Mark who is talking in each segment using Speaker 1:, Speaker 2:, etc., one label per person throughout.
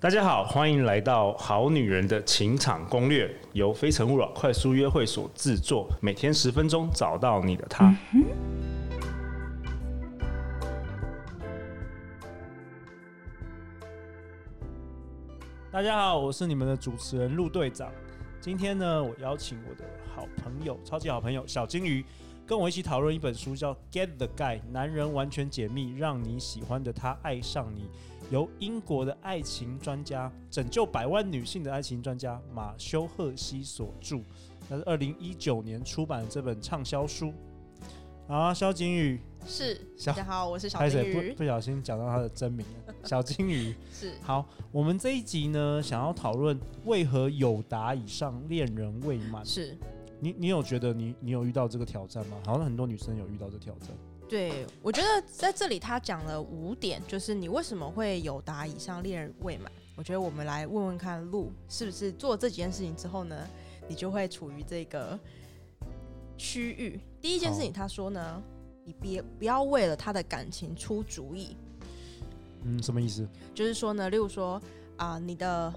Speaker 1: 大家好，欢迎来到《好女人的情场攻略》，由非诚勿扰快速约会所制作，每天十分钟，找到你的他。大家好，我是你们的主持人陆队长。今天呢，我邀请我的好朋友、超级好朋友小金鱼，跟我一起讨论一本书，叫《Get the Guy》，男人完全解密，让你喜欢的他爱上你。由英国的爱情专家、拯救百万女性的爱情专家马修·赫西所著，那是二零一九年出版的这本畅销书。啊，萧景宇，
Speaker 2: 是，
Speaker 1: 小
Speaker 2: 大家好，我是小
Speaker 1: 开
Speaker 2: 金
Speaker 1: 始
Speaker 2: 鱼
Speaker 1: 不，不小心讲到他的真名了，小金鱼。
Speaker 2: 是
Speaker 1: 好，我们这一集呢，想要讨论为何有达以上恋人未满。
Speaker 2: 是，
Speaker 1: 你你有觉得你你有遇到这个挑战吗？好像很多女生有遇到这挑战。
Speaker 2: 对我觉得在这里他讲了五点，就是你为什么会有达以上恋人未满？我觉得我们来问问看路是不是做这几件事情之后呢，你就会处于这个区域。第一件事情，
Speaker 1: 好
Speaker 2: 他说呢，你别不要为了他的感情出主意，
Speaker 1: 嗯，什么意思？
Speaker 2: 就是说呢，例如说啊、你的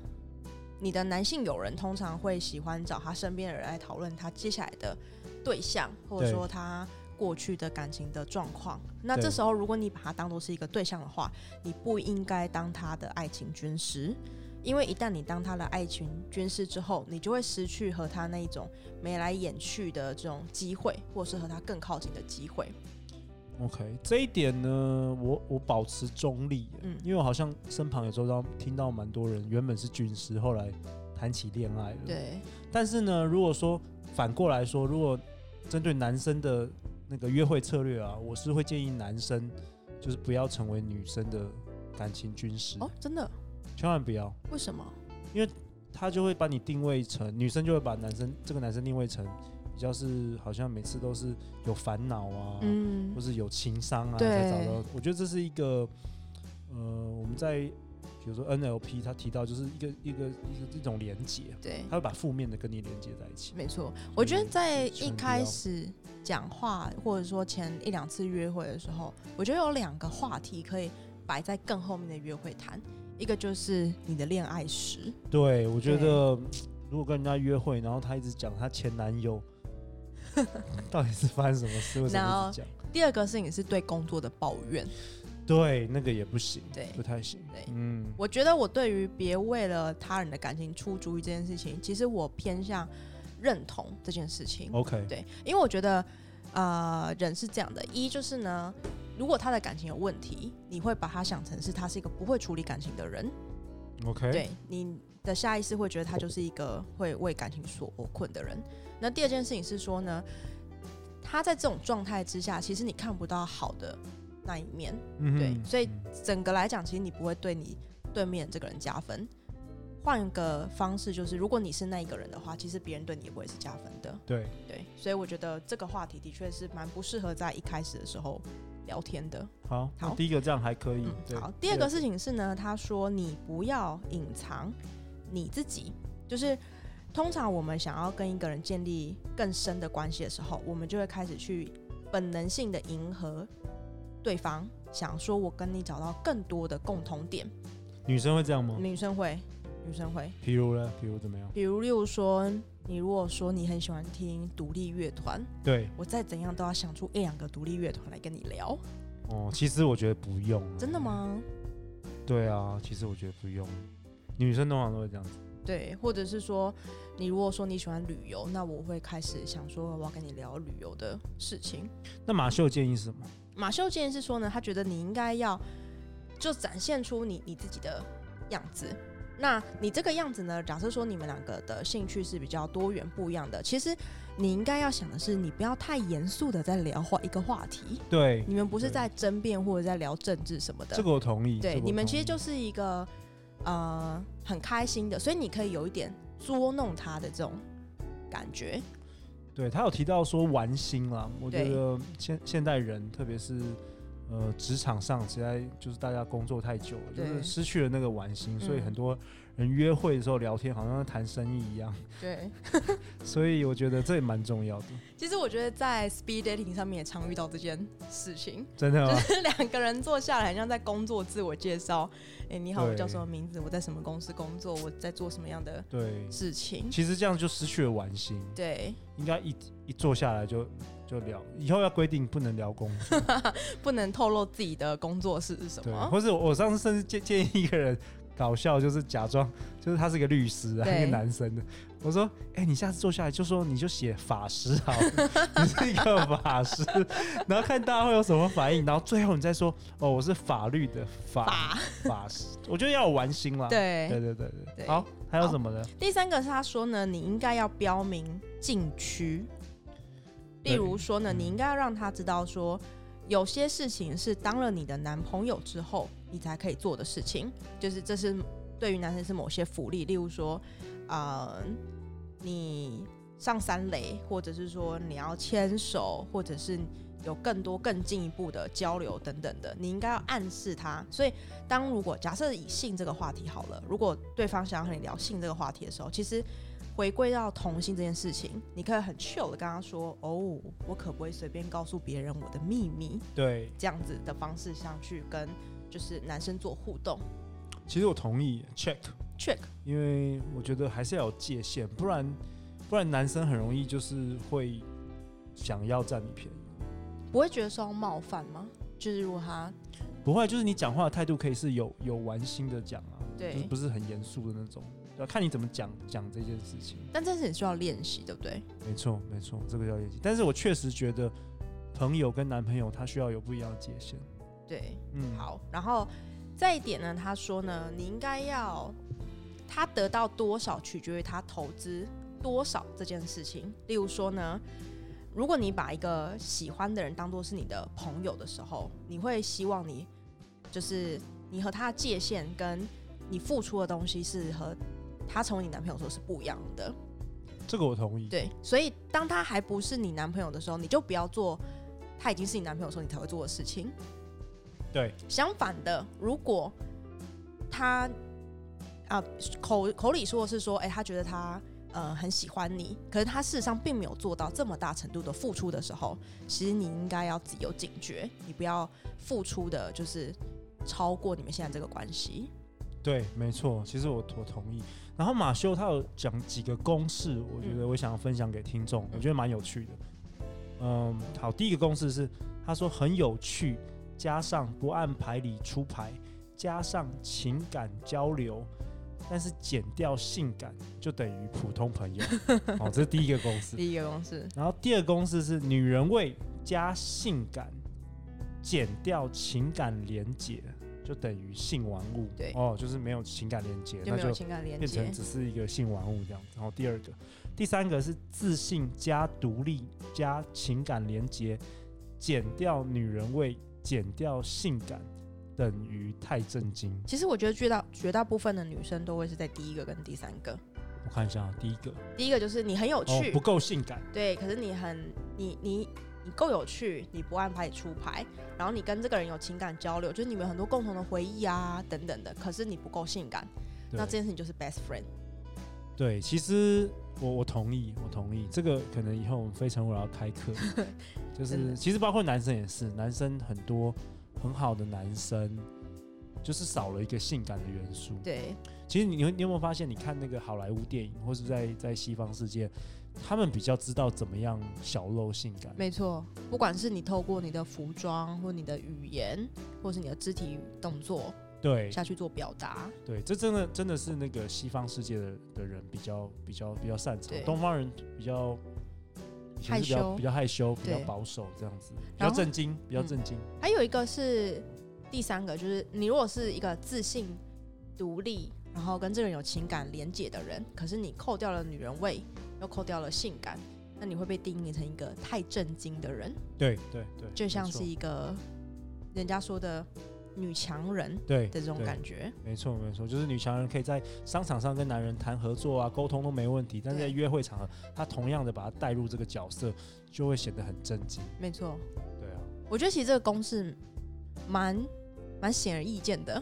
Speaker 2: 你的男性友人通常会喜欢找他身边的人来讨论他接下来的对象，或者
Speaker 1: 对
Speaker 2: 说他过去的感情的状况。那
Speaker 1: 对
Speaker 2: 这时候，如果你把他当做是一个对象的话，你不应该当他的爱情军师。因为一旦你当他的爱情军师之后，你就会失去和他那一种眉来眼去的这种机会，或是和他更靠近的机会。
Speaker 1: OK，这一点呢，我我保持中立耶，
Speaker 2: 嗯
Speaker 1: 因为我好像身旁有周遭听到蛮多人原本是军师，后来谈起恋爱了。，
Speaker 2: 对，
Speaker 1: 但是呢，如果说反过来说，如果针对男生的那个约会策略啊，我是会建议男生就是不要成为女生的感情军师，
Speaker 2: 哦，真的？
Speaker 1: 千万不要，
Speaker 2: 为什么？
Speaker 1: 他就会把你定位成女生，就会把男生这个男生定位成比较是好像每次都是有烦恼啊，
Speaker 2: 嗯
Speaker 1: 或，是有情商啊，
Speaker 2: 对
Speaker 1: 才找到。我觉得这是一个，呃，我们在比如说 NLP，他提到就是一个一个一个一种连接，
Speaker 2: 对。
Speaker 1: 他会把负面的跟你连接在一起。
Speaker 2: 没错，我觉得在
Speaker 1: 嗯千
Speaker 2: 一
Speaker 1: 万不
Speaker 2: 开
Speaker 1: 要
Speaker 2: 始讲话，或者说前一两次约会的时候，我觉得有两个话题可以摆在更后面的约会谈，一个就是你的恋爱史，
Speaker 1: 对，我觉得如果跟人家约会，然后他一直讲他前男友， 到底是发生什么事？为什
Speaker 2: 然
Speaker 1: 么
Speaker 2: 后
Speaker 1: 一直讲？
Speaker 2: 第二个事情是对工作的抱怨。
Speaker 1: 对，那个也不行，
Speaker 2: 对
Speaker 1: 不太行
Speaker 2: 对。
Speaker 1: 嗯，
Speaker 2: 我觉得我对于别为了他人的感情出主意这件事情，其实我偏向认同这件事情。
Speaker 1: OK，
Speaker 2: 对，因为我觉得，呃，人是这样的，一就是呢，如果他的感情有问题，你会把他想成是他是一个不会处理感情的人，
Speaker 1: ，OK，
Speaker 2: 对你的下意识会觉得他就是一个会为感情所困的人。那第二件事情是说呢，他在这种状态之下，其实你看不到好的那一面，
Speaker 1: 嗯哼
Speaker 2: 对所以
Speaker 1: 嗯
Speaker 2: 整个来讲，其实你不会对你对面这个人加分。换个方式就是，如果你是那一个人的话，其实别人对你也不会是加分的。
Speaker 1: 对，
Speaker 2: 对，所以我觉得这个话题的确是蛮不适合在一开始的时候聊天的。
Speaker 1: 好，那
Speaker 2: 好
Speaker 1: 第一个这样还可以
Speaker 2: 嗯。，
Speaker 1: 对
Speaker 2: 好。第二个事情是呢，他说你不要隐藏你自己，就是通常我们想要跟一个人建立更深的关系的时候，我们就会开始去本能性的迎合对方，想说我跟你找到更多的共同点。
Speaker 1: 女生会这样吗？
Speaker 2: 女生会，女生会，
Speaker 1: 比如呢？比如怎么样？
Speaker 2: 比如例如说，你如果说你很喜欢听独立乐团，
Speaker 1: 对，
Speaker 2: 我再怎样都要想出一两个独立乐团来跟你聊，
Speaker 1: 哦，其实我觉得不用。
Speaker 2: 真的？吗？
Speaker 1: 对啊，其实我觉得不用。女生通常都会这样子。
Speaker 2: 对，或者是说，你如果说你喜欢旅游，那我会开始想说我要跟你聊旅游的事情。
Speaker 1: 那马秀建议是什么？
Speaker 2: 马修建议是说呢，他觉得你应该要就展现出你你自己的样子。那你这个样子呢？假设说你们两个的兴趣是比较多元不一样的，其实你应该要想的是，你不要太严肃的在聊话一个话题，
Speaker 1: 对，
Speaker 2: 你们不是
Speaker 1: 对
Speaker 2: 在争辩或者在聊政治什么的。
Speaker 1: 这个我同意。这
Speaker 2: 对，
Speaker 1: 个我
Speaker 2: 你们
Speaker 1: 同
Speaker 2: 其实
Speaker 1: 意
Speaker 2: 就是一个呃很开心的，所以你可以有一点捉弄他的这种感觉。
Speaker 1: 对他有提到说玩心啦，我觉
Speaker 2: 对
Speaker 1: 得现现代人，特别是呃职场上实在就是大家工作太久了，就
Speaker 2: 对
Speaker 1: 是失去了那个玩心，所以
Speaker 2: 嗯
Speaker 1: 很多人约会的时候聊天好像在谈生意一样，
Speaker 2: 对，
Speaker 1: 所以我觉得这也蛮重要的，
Speaker 2: 其实我觉得在 speed dating 上面也常遇到这件事情，
Speaker 1: 真的
Speaker 2: 就
Speaker 1: 吗？
Speaker 2: 是两个人坐下来，很像在工作自我介绍。哎、你好，
Speaker 1: 对
Speaker 2: 我叫什么名字？我在什么公司工作？我在做什么样的
Speaker 1: 对，
Speaker 2: 事情？
Speaker 1: 其实这样就失去了玩心，
Speaker 2: 对，
Speaker 1: 应该一一坐下来就就聊，以后要规定不能聊工 作，
Speaker 2: 不能透露自己的工作室是什
Speaker 1: 对，
Speaker 2: 么。
Speaker 1: 或者我上次甚至建建议一个人搞笑，就是假装就是他是一个律师啊，
Speaker 2: 对
Speaker 1: 一个男生的，我说，哎、你下次坐下来就说你就写法师好了， 你是一个法师， 然后看大家会有什么反应，然后最后你再说，哦，我是法律的法
Speaker 2: 吧，
Speaker 1: 法师，我觉得要有玩心啦，
Speaker 2: 对
Speaker 1: 对对对对，
Speaker 2: 对
Speaker 1: 好，还有
Speaker 2: 好
Speaker 1: 什么呢？
Speaker 2: 第三个是他说呢，你应该要标明禁区，例
Speaker 1: 对
Speaker 2: 如说呢，
Speaker 1: 嗯
Speaker 2: 你应该要让他知道说，有些事情是当了你的男朋友之后，你才可以做的事情，就是这是对于男生是某些福利，例如说，呃，你上三垒，或者是说你要牵手，或者是有更多更进一步的交流等等的，你应该要暗示他。所以，当如果假设以性这个话题好了，如果对方想要和你聊性这个话题的时候，其实回归到同性这件事情，你可以很 chill 的跟他说：“哦，我可不会随便告诉别人我的秘密。
Speaker 1: 对，”
Speaker 2: 这样子的方式上去跟就是男生做互动
Speaker 1: 其实我同意，check。
Speaker 2: ，check
Speaker 1: 因为我觉得还是要有界限，不然不然男生很容易就是会想要占你便宜。
Speaker 2: 不会觉得受到冒犯吗？就是如果他
Speaker 1: 不会，啊就是你讲话的态度可以是有有玩心的讲啊，
Speaker 2: 对
Speaker 1: 就是不是很严肃的那种，要看你怎么讲讲这件事情。
Speaker 2: 但这是很需要练习，对不对？
Speaker 1: 没错，没错，这个要练习。但是我确实觉得朋友跟男朋友他需要有不一样的界限。
Speaker 2: 对，
Speaker 1: 嗯，，
Speaker 2: 好，然后再一点呢，他说呢，你应该要他得到多少取决于他投资多少这件事情。例如说呢，如果你把一个喜欢的人当做是你的朋友的时候，你会希望你就是你和他的界限跟你付出的东西是和他成为你男朋友的时候是不一样的。
Speaker 1: 这个我同意。
Speaker 2: 对，所以当他还不是你男朋友的时候，你就不要做他已经是你男朋友的时候你才会做的事情。
Speaker 1: 对
Speaker 2: 相反的，如果他啊口口里说的是说，哎、他觉得他呃很喜欢你，可是他事实上并没有做到这么大程度的付出的时候，其实你应该要自己有警觉，你不要付出的就是超过你们现在这个关系。
Speaker 1: 对，没错，其实我我同意。然后马修他有讲几个公式，我觉得我想要分享给听众，我觉得蛮有趣的。嗯，好，第一个公式是他说很有趣，加上不按牌理出牌，加上情感交流，但是减掉性感就等于普通朋友。好，这是第一个公式。
Speaker 2: 第一个公式，
Speaker 1: 然后第二个公式是女人味加性感，减掉情感连结，就等于性玩物。
Speaker 2: 对
Speaker 1: 哦，就是没有情感连结，
Speaker 2: 就
Speaker 1: 那
Speaker 2: 没有
Speaker 1: 就
Speaker 2: 情感连
Speaker 1: 变成
Speaker 2: 接，
Speaker 1: 只是一个性玩物这样子。然后第二个、第三个是自信加独立加情感连结，减掉女人味，减掉性感，等于太震惊。
Speaker 2: 其实我觉得绝大绝大部分的女生都会是在第一个跟第三个。
Speaker 1: 我看一下啊，第一个
Speaker 2: 第一个就是你很有
Speaker 1: 哦
Speaker 2: 趣，
Speaker 1: 不够性感，
Speaker 2: 对，可是你很你你你够有趣，你不按牌理出牌，然后你跟这个人有情感交流，就是你们有很多共同的回忆啊等等的，可是你不够性感，
Speaker 1: 对
Speaker 2: 那这件事情就是 best friend。
Speaker 1: 对，其实我我同意，我同意，这个可能以后我们非诚勿扰要开 课，就
Speaker 2: 真
Speaker 1: 是
Speaker 2: 的
Speaker 1: 其实包括男生也是，男生很多很好的男生，就是少了一个性感的元素。
Speaker 2: 对，
Speaker 1: 其实你你有你有没有发现，你看那个好莱坞电影，或是在在西方世界，他们比较知道怎么样小露性感。
Speaker 2: 没错，不管是你透过你的服装或你的语言，或是你的肢体动作
Speaker 1: 对
Speaker 2: 下去做表达，
Speaker 1: 对，这真的真的是那个西方世界的的人比较比较比较擅长
Speaker 2: 对，
Speaker 1: 东方人比较以前是比
Speaker 2: 害
Speaker 1: 较
Speaker 2: 羞
Speaker 1: 比较害羞，比较
Speaker 2: 对
Speaker 1: 保守这样子，比较
Speaker 2: 然后
Speaker 1: 震惊，比较
Speaker 2: 嗯
Speaker 1: 震惊。
Speaker 2: 还有一个是第三个，就是你如果是一个自信、独立，然后跟这个人有情感连结的人，可是你扣掉了女人味，又扣掉了性感，那你会被定义成一个太震惊的人，
Speaker 1: 对对对，
Speaker 2: 就像
Speaker 1: 没错
Speaker 2: 是一个人家说的女强人
Speaker 1: 对
Speaker 2: 的这种
Speaker 1: 对
Speaker 2: 感觉。
Speaker 1: 没错没错，就是女强人可以在商场上跟男人谈合作啊、沟通都没问题，但是在
Speaker 2: 对
Speaker 1: 约会场合，她同样的把她带入这个角色，就会显得很震惊。
Speaker 2: 没错，
Speaker 1: 对啊，
Speaker 2: 我觉得其实这个公式蛮蛮显而易见的。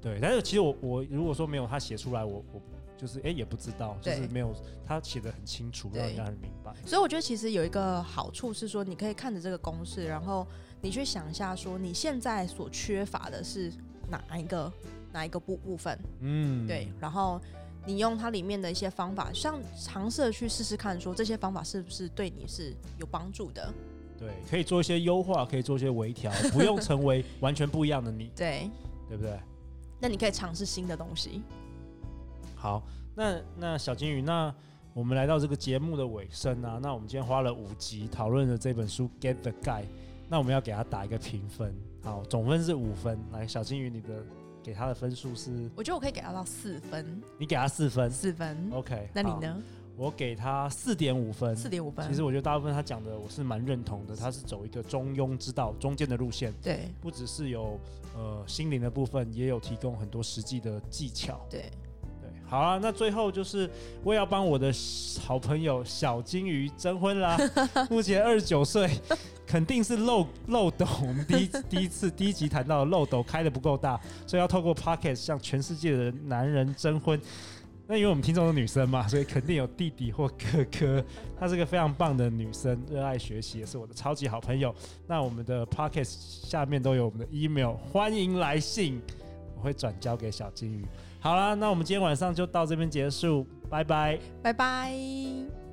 Speaker 1: 对，但是其实我我如果说没有他写出来，我我就是哎、诶也不知道，就
Speaker 2: 对
Speaker 1: 是没有他写的很清楚，
Speaker 2: 对
Speaker 1: 让人家很明白。
Speaker 2: 所以我觉得其实有一个好处是说，你可以看着这个公式，然后你去想一下说你现在所缺乏的是哪一个哪一个部部分，
Speaker 1: 嗯，
Speaker 2: 对，然后你用它里面的一些方法，像尝试的去试试看，说这些方法是不是对你是有帮助的。
Speaker 1: 对，可以做一些优化，可以做一些微调，不用成为完全不一样的你，
Speaker 2: 对，
Speaker 1: 对不对？
Speaker 2: 那你可以尝试新的东西。
Speaker 1: 好，那那小金鱼，那我们来到这个节目的尾声啊，那我们今天花了五集讨论了这本书《Get the Guy》，那我们要给他打一个评分，好，总分是五分。来，小金鱼，你的给他的分数是，
Speaker 2: 我觉得我可以给它到四分，
Speaker 1: 你给他四分
Speaker 2: 四分。
Speaker 1: ，OK？
Speaker 2: 那你
Speaker 1: 好？
Speaker 2: 呢？
Speaker 1: 我给他四点五分，
Speaker 2: 四点五分。
Speaker 1: 其实我觉得大部分他讲的我是蛮认同的，他是走一个中庸之道中间的路线，
Speaker 2: 对
Speaker 1: 不只是有呃心灵的部分，也有提供很多实际的技巧。
Speaker 2: 对，
Speaker 1: 对，好啊，那最后就是我也要帮我的好朋友小金鱼征婚啦，目前二十九岁，肯定是漏漏斗。我们第一 第一次第一集谈到的漏斗开的不够大，所以要透过 Pocket 向全世界的男人征婚。那因为我们听众都是女生嘛，所以肯定有弟弟或哥哥。她是个非常棒的女生，热爱学习，也是我的超级好朋友。那我们的 Pocket 下面都有我们的 email，欢迎来信，我会转交给小金鱼。好啦，那我们今天晚上就到这边结束，拜拜。
Speaker 2: 拜拜。